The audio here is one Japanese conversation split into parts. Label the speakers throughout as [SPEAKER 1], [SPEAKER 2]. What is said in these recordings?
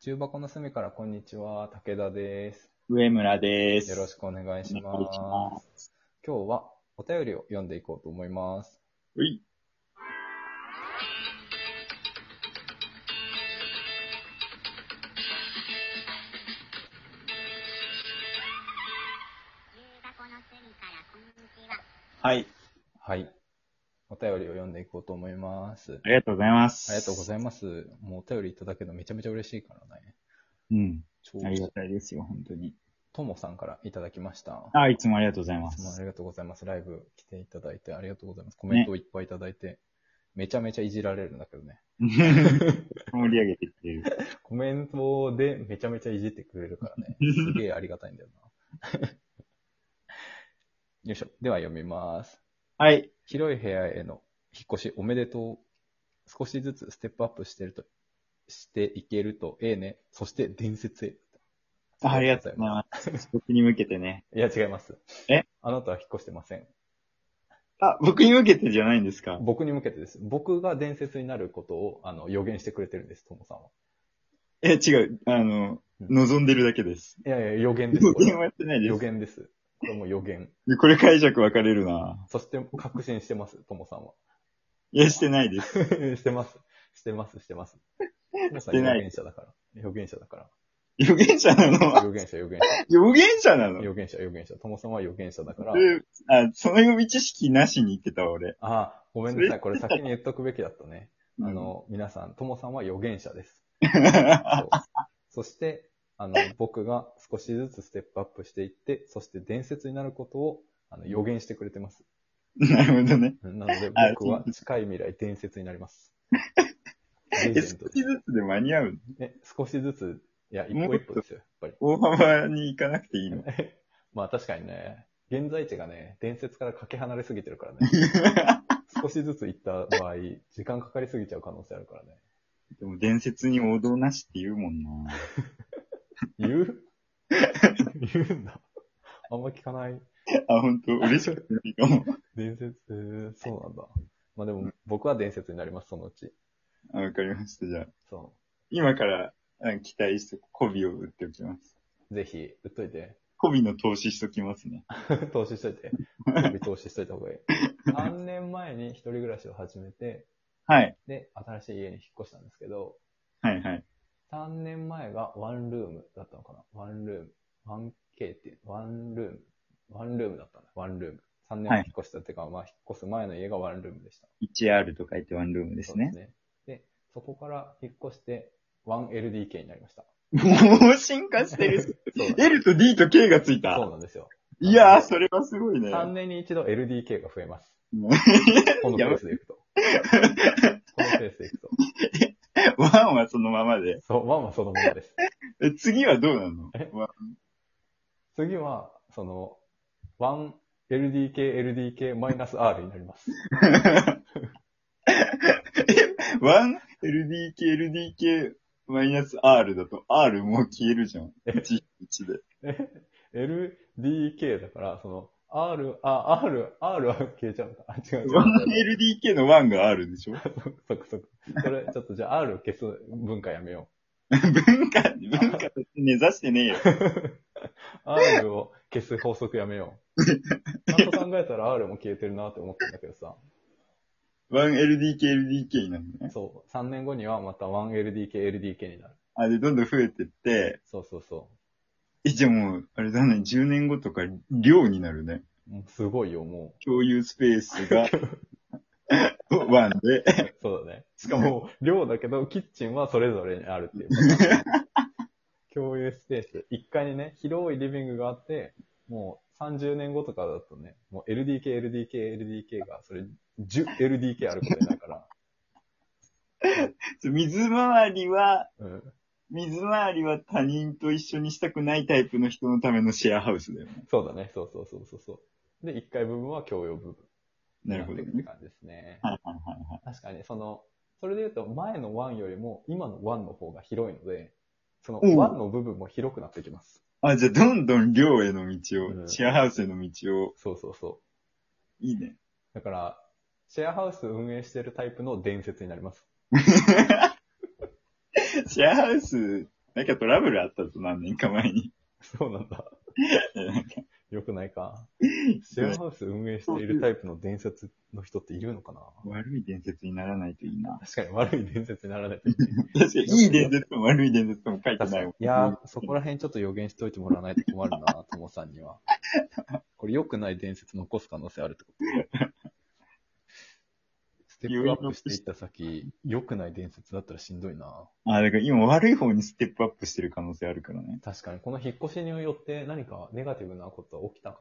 [SPEAKER 1] 中箱の隅からこんにちは、武田です。
[SPEAKER 2] 上村です。
[SPEAKER 1] よろしくお願いします。
[SPEAKER 2] お願いします。
[SPEAKER 1] 今日はお便りを読んでいこうと思います。
[SPEAKER 2] うい。
[SPEAKER 3] 重箱の隅からこんにちは。
[SPEAKER 2] はい。
[SPEAKER 1] はい。お便りを読んでいこうと思います。
[SPEAKER 2] ありがとうございます。
[SPEAKER 1] ありがとうござ
[SPEAKER 2] い
[SPEAKER 1] います。もうお便りいただけるのめちゃめちゃ嬉しいからね。
[SPEAKER 2] ます。
[SPEAKER 1] ちょ
[SPEAKER 2] うん。ありが
[SPEAKER 1] う
[SPEAKER 2] たいですよ、本当に。
[SPEAKER 1] ともさんからいただきました。
[SPEAKER 2] あ、いつもありがとうございま
[SPEAKER 1] いつもあ
[SPEAKER 2] す。
[SPEAKER 1] りがとうございます。ライブ来ていただいてありがとうございます。コメントをいっぱいいただいて、めちゃめちゃいじられるんだけどね。
[SPEAKER 2] 盛り上げてっ ていう。
[SPEAKER 1] コメントでめちゃめちゃいじってくれるから ね。すげえありがたい んだよな。よいしょ。では読みます。
[SPEAKER 2] はい。
[SPEAKER 1] 広い部屋への引っ越しおめでとう。少しずつステップアップしてると、していけるとええね。そして伝説へ。
[SPEAKER 2] あありがとうございます。僕に向けてね。
[SPEAKER 1] いや、違います。
[SPEAKER 2] え
[SPEAKER 1] あなたは引っ越してません。
[SPEAKER 2] あ、僕に向けてじゃないんですか
[SPEAKER 1] 僕に向けてです。僕が伝説になることをあの予言してくれてるんです、ともさんは。
[SPEAKER 2] え、違う。あの、
[SPEAKER 1] うん
[SPEAKER 2] 望んでるだけです。
[SPEAKER 1] いやいや、予言です。
[SPEAKER 2] 予
[SPEAKER 1] これ
[SPEAKER 2] 言はやってないで
[SPEAKER 1] 予
[SPEAKER 2] す。
[SPEAKER 1] 言です。これも予言。
[SPEAKER 2] これ解釈分かれるな
[SPEAKER 1] そして確信してます、ともさ んは。
[SPEAKER 2] いや、してないです。
[SPEAKER 1] してます。してます、してます。し
[SPEAKER 2] してない
[SPEAKER 1] 予言者だから。予言者だか
[SPEAKER 2] 予言者な
[SPEAKER 1] ら。
[SPEAKER 2] の
[SPEAKER 1] 予言者、予言者。
[SPEAKER 2] 予言者なの
[SPEAKER 1] 予言者、予言者。ともさんは予言者だから。
[SPEAKER 2] うんあ、その予備知識なしに言ってたわ俺。
[SPEAKER 1] あ、ごめんなさい。これ先に言っとくべきだったね。
[SPEAKER 2] うん
[SPEAKER 1] あ の、皆さん、ともさんは予言者です。
[SPEAKER 2] あ
[SPEAKER 1] そうそして、あの、僕が少しずつステップアップしていって、そして伝説になることを、あの、予言してくれてます。
[SPEAKER 2] なるほどね。
[SPEAKER 1] うんなので、
[SPEAKER 2] あ
[SPEAKER 1] 僕は近い未来伝説になります。 レジェ
[SPEAKER 2] え、少
[SPEAKER 1] ンドです
[SPEAKER 2] しずつで間に合うの
[SPEAKER 1] え少しずつ、いや、一歩一歩ですよ、やっぱり。
[SPEAKER 2] 大幅に行かなくていいの
[SPEAKER 1] まあ確かにね、現在地がね、伝説からかけ離れすぎてるからね。少しずつ行った場合、時間かかりすぎちゃう可能性あるからね。
[SPEAKER 2] でも伝説に王道なしって言うもんな。
[SPEAKER 1] 言う言うんだ。あんま聞かない。
[SPEAKER 2] あ、本当嬉しかったかも。
[SPEAKER 1] 伝説、そうなんだ。まあでも、僕は伝説になります、そのうち。
[SPEAKER 2] あわかりました。じゃあ、
[SPEAKER 1] そ
[SPEAKER 2] 今からあ期待して、媚びを打っておきます。
[SPEAKER 1] う。ぜひ、売っといて。
[SPEAKER 2] 媚びの投資しときますね。
[SPEAKER 1] 投資しといて。コンビ投資しといた方がいい。3年前に一人暮らしを始めて、
[SPEAKER 2] はい。
[SPEAKER 1] で、新しい家に引っ越したんですけど、
[SPEAKER 2] はいはい。
[SPEAKER 1] 3年前がワンルームだったのかなワンルーム。1K っていう、ワンルーム。ワンルームだったんだ。ワンルーム。3年
[SPEAKER 2] は
[SPEAKER 1] 前
[SPEAKER 2] い
[SPEAKER 1] 引っ越したっていうか、まあ、引っ越す前の家がワンルームでした。
[SPEAKER 2] 1R と書いてワンルームですね
[SPEAKER 1] そ。うですね。で、そこから引っ越して、1LDK になりました。
[SPEAKER 2] もう進化して る。
[SPEAKER 1] そうなんです
[SPEAKER 2] L と D と K がつい
[SPEAKER 1] そう
[SPEAKER 2] た。
[SPEAKER 1] なんですよ。
[SPEAKER 2] いやー、それはすごいね。
[SPEAKER 1] 3年に一度 LDK が増えます。
[SPEAKER 2] も
[SPEAKER 1] この
[SPEAKER 2] や
[SPEAKER 1] ペー
[SPEAKER 2] ばい
[SPEAKER 1] スでいくと。このペースでいくと。
[SPEAKER 2] う ワンはそのままで。
[SPEAKER 1] そう、まあまあそのものです。
[SPEAKER 2] え次はどうなの
[SPEAKER 1] え
[SPEAKER 2] ワン
[SPEAKER 1] 次は、その、1LDKLDK-R になります。
[SPEAKER 2] 1 LDK、LDK、マイナス R だと、R もう消えるじゃん。1、1で。
[SPEAKER 1] え LDK だから、その、R、あ、R、R は消えちゃうんだ。あ、違う違う。
[SPEAKER 2] 1LDK の1が R でしょ
[SPEAKER 1] そくそく。それ、ちょっとじゃあ R を消す文化やめよ
[SPEAKER 2] 文化、文化として根ざしてねえよ。
[SPEAKER 1] う。R を消す法則やめよう。ちゃんと考えたら R も消えてるなって思ったんだけどさ。
[SPEAKER 2] 1LDK、LDK になるのね。
[SPEAKER 1] そう。3年後にはまた 1LDKLDK になる。
[SPEAKER 2] あ、で、どんどん増えてって、
[SPEAKER 1] そうそうそ
[SPEAKER 2] え、じゃあもう、あれだね、10年後とか、量になるね。
[SPEAKER 1] う。もうすごいよ、も
[SPEAKER 2] 共有スペースが、1で、
[SPEAKER 1] う。そうだね。しかも、寮だけど、キッチンはそれぞれにあるって いうパターン。共有スペース。1階にね、広いリビングがあって、もう30年後とかだとね、もう LDK、LDK、LDK が、それ 10LDK あることになる から。
[SPEAKER 2] 水回りは、
[SPEAKER 1] うん。
[SPEAKER 2] 水回りは他人と一緒にしたくないタイプの人のためのシェアハウスだよね。
[SPEAKER 1] そうだね。そうそうそうそうそう。で、1階部分は共用部分に
[SPEAKER 2] な
[SPEAKER 1] な
[SPEAKER 2] る
[SPEAKER 1] って
[SPEAKER 2] ほ
[SPEAKER 1] い
[SPEAKER 2] ど
[SPEAKER 1] くって
[SPEAKER 2] ね。
[SPEAKER 1] 感じですね。
[SPEAKER 2] はいはいはいはい。
[SPEAKER 1] 確かに、その、それで言うと、前の1よりも、今の1の方が広いので、その
[SPEAKER 2] うん
[SPEAKER 1] 1の部分も広くなってきます。
[SPEAKER 2] あ、じゃあ、どんどん寮への道を、
[SPEAKER 1] うん
[SPEAKER 2] シェアハウスへの道を、
[SPEAKER 1] そうそうそう。
[SPEAKER 2] いいね。
[SPEAKER 1] だから、シェアハウス運営してるタイプの伝説になります。
[SPEAKER 2] シェアハウスなんかトラブルあったぞ、何年か前に。
[SPEAKER 1] そうなんだ。
[SPEAKER 2] なんか
[SPEAKER 1] よくない か。シェアハウス運営しているタイプの伝説の人っているのかな
[SPEAKER 2] 悪い伝説にならないといいな。
[SPEAKER 1] 確かに悪い伝説にならないとい
[SPEAKER 2] 確かに、いい伝説とも悪い伝説とも書いて
[SPEAKER 1] 確
[SPEAKER 2] な
[SPEAKER 1] か
[SPEAKER 2] い
[SPEAKER 1] に
[SPEAKER 2] もん。。
[SPEAKER 1] いやー、そこら辺ちょっと予言しといてもらわないと困るな、ともさんには。これ良くない伝説残す可能性あ るってこと。ステップアップしていった先、良くない伝説だったらしんどいな。
[SPEAKER 2] あ、だから今悪い方にステップアップしてる可能性あるからね。
[SPEAKER 1] 確かに、この引っ越しによって何かネガティブなことは起きたか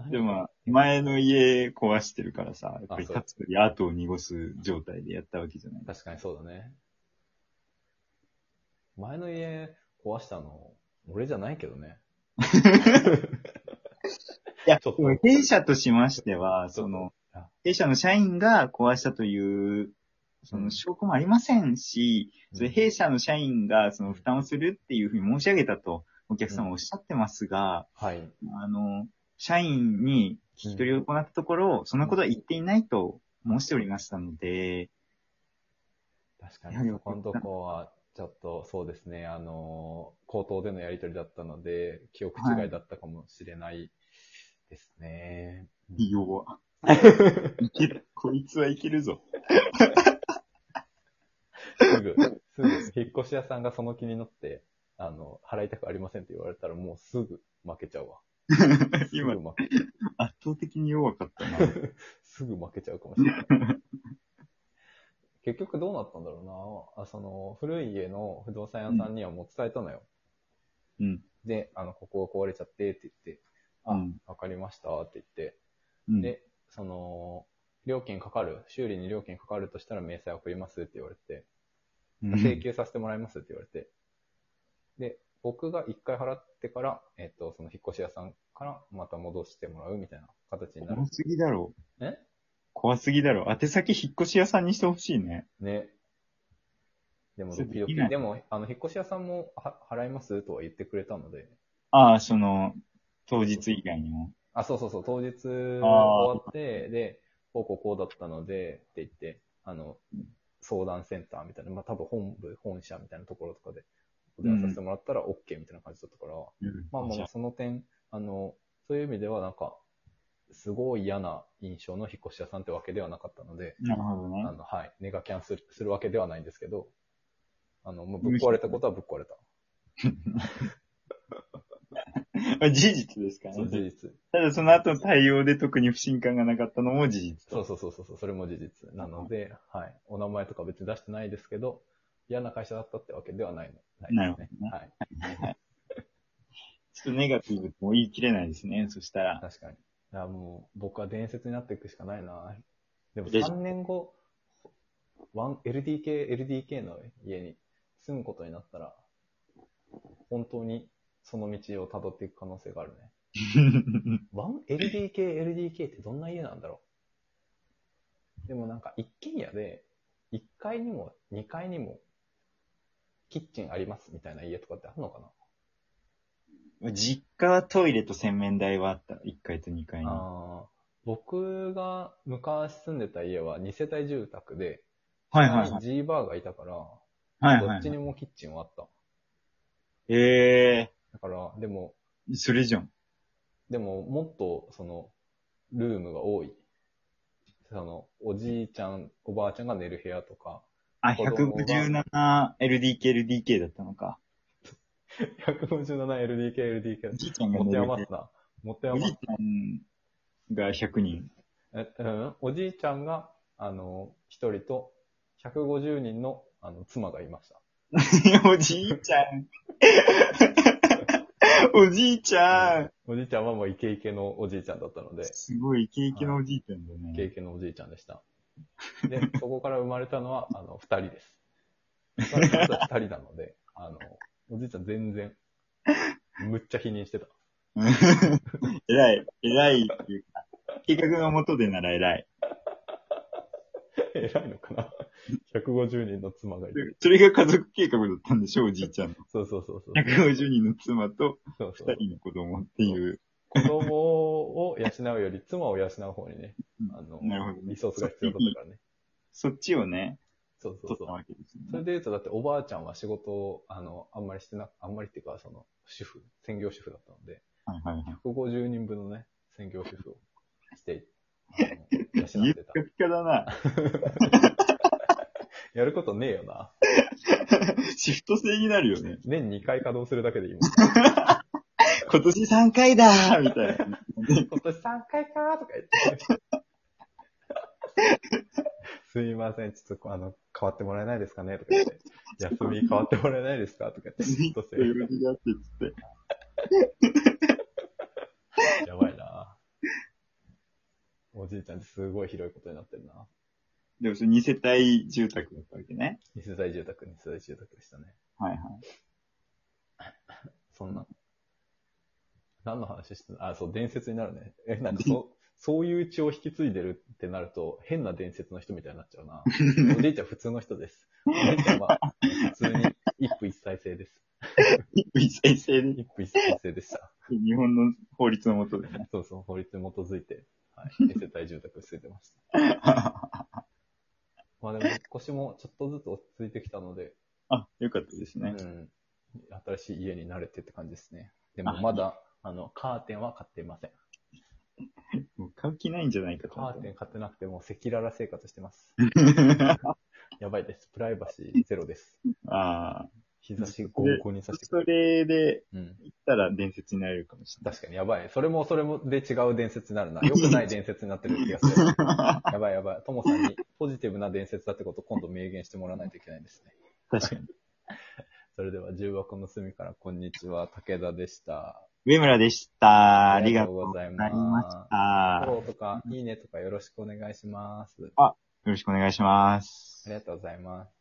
[SPEAKER 1] な。
[SPEAKER 2] でもまあ、前の家壊してるからさ、やっぱり
[SPEAKER 1] あそう
[SPEAKER 2] 立つより後を濁す状態でやったわけじゃない。
[SPEAKER 1] 確かにそうだね。前の家壊したの、俺じゃないけどね。
[SPEAKER 2] いや、
[SPEAKER 1] ちょっと
[SPEAKER 2] 弊社としまして
[SPEAKER 1] ちょっ
[SPEAKER 2] は、
[SPEAKER 1] と
[SPEAKER 2] その
[SPEAKER 1] あ、
[SPEAKER 2] 弊社の社員が壊したという、そ
[SPEAKER 1] うん
[SPEAKER 2] の証拠もありませんし、それ弊社の社員がその負担をするっていうふうに申し上げたとお客様はおっしゃってますが、
[SPEAKER 1] はい。
[SPEAKER 2] あの、社員に聞き取りを行ったところ、そんなことは言っていないと申しておりましたので、
[SPEAKER 1] 確かに、そこのとこは、ちょっとそうですね、あの、口頭でのやりとりだったので、記憶違いだったかもしれないですね。
[SPEAKER 2] いや、いける。こいつはいけるぞ。
[SPEAKER 1] すぐ、すぐ、引っ越し屋さんがその気になって、あの、払いたくありませんって言われたら、もうすぐ負けちゃうわ。すぐ
[SPEAKER 2] 今、
[SPEAKER 1] 負け、
[SPEAKER 2] 圧倒的に弱かっ たな。
[SPEAKER 1] すぐ負けちゃうかもしれない。 結局どうなったんだろうな。あその、古い家の不動産屋さんにはもう伝えたのよ。
[SPEAKER 2] うん。
[SPEAKER 1] で、あの、ここが壊れちゃってって言って、あ
[SPEAKER 2] うん。
[SPEAKER 1] わかりましたって言って、
[SPEAKER 2] うん、
[SPEAKER 1] で、その、料金かかる、修理に料金かかるとしたら明細送りますって言われて、
[SPEAKER 2] うん
[SPEAKER 1] 請求させてもらいますって言われて、で、僕が一回払ってから、えっ、と、その引っ越し屋さんからまた戻してもらうみたいな形になる
[SPEAKER 2] 怖。すぎだろ。
[SPEAKER 1] え
[SPEAKER 2] 怖すぎだろ。宛先引っ越し屋さんにしてほしいね。
[SPEAKER 1] ね。でも、
[SPEAKER 2] そ
[SPEAKER 1] ド
[SPEAKER 2] れ
[SPEAKER 1] キドキ。
[SPEAKER 2] できない
[SPEAKER 1] でも、あの、引っ越し屋さんもは払いますとは言ってくれたので、
[SPEAKER 2] ああ、その、当日以外にも。
[SPEAKER 1] あ、そうそうそう、当日終わって、で、こうこうこうだったので、って言って、あの、相談センターみたいな、まあ多分本部、本社みたいなところとかで、お電話させてもらったら OK みたいな感じだったから、まあまあまあその点、あの、そういう意味ではなんか、すごい嫌な印象の引っ越し屋さんってわけではなかったので、
[SPEAKER 2] なるほどね
[SPEAKER 1] あ。の、はい、ネガキャンするするわけではないんですけど、あの、もうぶっ壊れたことはぶっ壊れた。
[SPEAKER 2] あ事実ですから
[SPEAKER 1] そう事
[SPEAKER 2] ね。
[SPEAKER 1] 実。
[SPEAKER 2] ただその後の対応で特に不信感がなかったのも事実と。
[SPEAKER 1] そうそうそうそう、それも事実なので、はい。お名前とか別に出してないですけど、嫌な会社だったってわけではないの。
[SPEAKER 2] な
[SPEAKER 1] ない
[SPEAKER 2] る
[SPEAKER 1] で
[SPEAKER 2] ほ
[SPEAKER 1] す
[SPEAKER 2] ど
[SPEAKER 1] ね。
[SPEAKER 2] ね
[SPEAKER 1] はい。
[SPEAKER 2] ちょっとネガティブとも言い切れないですね。そした ら。
[SPEAKER 1] 確かに。いや、もう、僕は伝説になっていくしかないな。でも
[SPEAKER 2] でしょ
[SPEAKER 1] 3年後、1 LDK、LDK の家に住むことになったら、本当にその道を辿っていく可能性があるね。1LDK、LDK ってどんな家なんだろうでもなんか一軒家で、1階にも2階にもキッチンありますみたいな家とかってあるのかな、
[SPEAKER 2] 実家はトイレと洗面台はあった。1階と2階に。は
[SPEAKER 1] あー僕が昔住んでた家は2世帯住宅で、
[SPEAKER 2] いはいはい。
[SPEAKER 1] 下に G バーがいたから、
[SPEAKER 2] はい
[SPEAKER 1] ど
[SPEAKER 2] は
[SPEAKER 1] っち
[SPEAKER 2] い。
[SPEAKER 1] にもキッチンはあった。
[SPEAKER 2] え
[SPEAKER 1] だから、でも、
[SPEAKER 2] ー、それじゃん。
[SPEAKER 1] でももっとその、ルームが多い。その、おじいちゃん、おばあちゃんが寝る部屋とか、
[SPEAKER 2] あ、
[SPEAKER 1] 子供が
[SPEAKER 2] 157LDK、LDK だったのか。
[SPEAKER 1] 157LDKLDK
[SPEAKER 2] おじいちゃんが
[SPEAKER 1] 持
[SPEAKER 2] 寝
[SPEAKER 1] て
[SPEAKER 2] る部
[SPEAKER 1] 余
[SPEAKER 2] 屋
[SPEAKER 1] すな。持て
[SPEAKER 2] お
[SPEAKER 1] 余
[SPEAKER 2] じい
[SPEAKER 1] す。
[SPEAKER 2] ちゃんが100人。
[SPEAKER 1] え、うん、おじいちゃんが、あの、一人と、150人の、あの、妻がいました。
[SPEAKER 2] おじいちゃん。 おじいちゃん。
[SPEAKER 1] おじいちゃんはもうイケイケのおじいちゃんだったので、
[SPEAKER 2] すごいイケイケのおじいちゃんだ
[SPEAKER 1] イケ
[SPEAKER 2] ね。
[SPEAKER 1] イケのおじいちゃんでした。 で、そこから生まれたのは、あの、二人 です。生まれたのは二人なので、あの、おじいちゃん全然、むっちゃ否認してた。
[SPEAKER 2] 偉い、偉いっていうか、計画が元でなら偉い。
[SPEAKER 1] 偉いのかな ?150 人の妻がいて。
[SPEAKER 2] それが家族計画だったんでしょ、おじいちゃんの。
[SPEAKER 1] そうそうそうそう。
[SPEAKER 2] 150人の妻と
[SPEAKER 1] そうそう
[SPEAKER 2] 2人の子供っていう。
[SPEAKER 1] 子供を養うより妻を養う方にね
[SPEAKER 2] う、ん
[SPEAKER 1] あの
[SPEAKER 2] なるほど、ね
[SPEAKER 1] リソースが必要だったからね。
[SPEAKER 2] そっちをね、
[SPEAKER 1] そうそうそ
[SPEAKER 2] 取った
[SPEAKER 1] う。
[SPEAKER 2] わけです
[SPEAKER 1] そ
[SPEAKER 2] ね
[SPEAKER 1] れ。で言うと、だっておばあちゃんは仕事を、あの、あんまりしてな、あんまりっていうか、その、主婦、専業主婦だったので、
[SPEAKER 2] はいはいはい。
[SPEAKER 1] 150人分のね、専業主婦を して、あの養
[SPEAKER 2] 家
[SPEAKER 1] ってた
[SPEAKER 2] ピカ。ピカだな。
[SPEAKER 1] やることねえよな。
[SPEAKER 2] シフト制になるよね。
[SPEAKER 1] 年2回稼働するだけでいいもん。
[SPEAKER 2] 今年3回だー みたいな。
[SPEAKER 1] 今年3回かーとか言って。 すいません、ちょっと、あの、変わってもらえないですかねとか言 って。休み変わってもらえないですかとか言って。
[SPEAKER 2] ず
[SPEAKER 1] ちょ
[SPEAKER 2] っ
[SPEAKER 1] っと
[SPEAKER 2] と用事があってつって。
[SPEAKER 1] やばいなおじいちゃんってすごい広いことになってるな。
[SPEAKER 2] でもそれ2世帯住宅だったわけね。
[SPEAKER 1] 二世帯住宅、二世帯住宅でしたね。
[SPEAKER 2] はいはい。
[SPEAKER 1] そんな。何の話してたあ、そう、伝説になるね。え、なんかそ、そういう血を引き継いでるってなると、変な伝説の人みたいになっちゃう な。おじいちゃん普通の人です。おじいちゃんは、普通に一夫一妻制です。
[SPEAKER 2] 一夫一妻制で
[SPEAKER 1] 一夫一妻制でした。
[SPEAKER 2] 日本の法律のもとでね。
[SPEAKER 1] そうそう、法律に基づいて、はい。二世帯住宅を捨ててました。 まあでも、引っ越しもちょっとずつ落ち着いてきたので、
[SPEAKER 2] あ、よかったですね。
[SPEAKER 1] うん。新しい家に慣れてって感じですね。でもまだ、あの、カーテンは買っていません。
[SPEAKER 2] もう買う気ないんじゃないかと
[SPEAKER 1] カ
[SPEAKER 2] 思
[SPEAKER 1] ー
[SPEAKER 2] って
[SPEAKER 1] テン買ってなくてもう赤裸々生活してます。やばいです。プライバシーゼロです。
[SPEAKER 2] ああ。
[SPEAKER 1] 日差しゴンゴンにさしてく
[SPEAKER 2] そ
[SPEAKER 1] る。
[SPEAKER 2] れで
[SPEAKER 1] うん。
[SPEAKER 2] 行ったら伝説になれるかもしれない。
[SPEAKER 1] 確かにやばい。それもそれもで違う伝説になるな。良くない伝説になってる気がす る。やばいやばい。ともさんにポジティブな伝説だってことを今度明言してもらわないといけないですね。
[SPEAKER 2] 確かに。
[SPEAKER 1] それでは、重箱の隅からこんにちは。武田でした。
[SPEAKER 2] 上村でした。
[SPEAKER 1] あ
[SPEAKER 2] あ
[SPEAKER 1] り
[SPEAKER 2] り
[SPEAKER 1] が
[SPEAKER 2] が
[SPEAKER 1] とう
[SPEAKER 2] とう
[SPEAKER 1] ご
[SPEAKER 2] ご
[SPEAKER 1] ざ
[SPEAKER 2] ざ
[SPEAKER 1] い
[SPEAKER 2] い
[SPEAKER 1] ます
[SPEAKER 2] ました。
[SPEAKER 1] フォ
[SPEAKER 2] よ
[SPEAKER 1] ローとか、いいねとかよろしくお願いします。
[SPEAKER 2] ろしくお願いします。
[SPEAKER 1] ありがとうございます。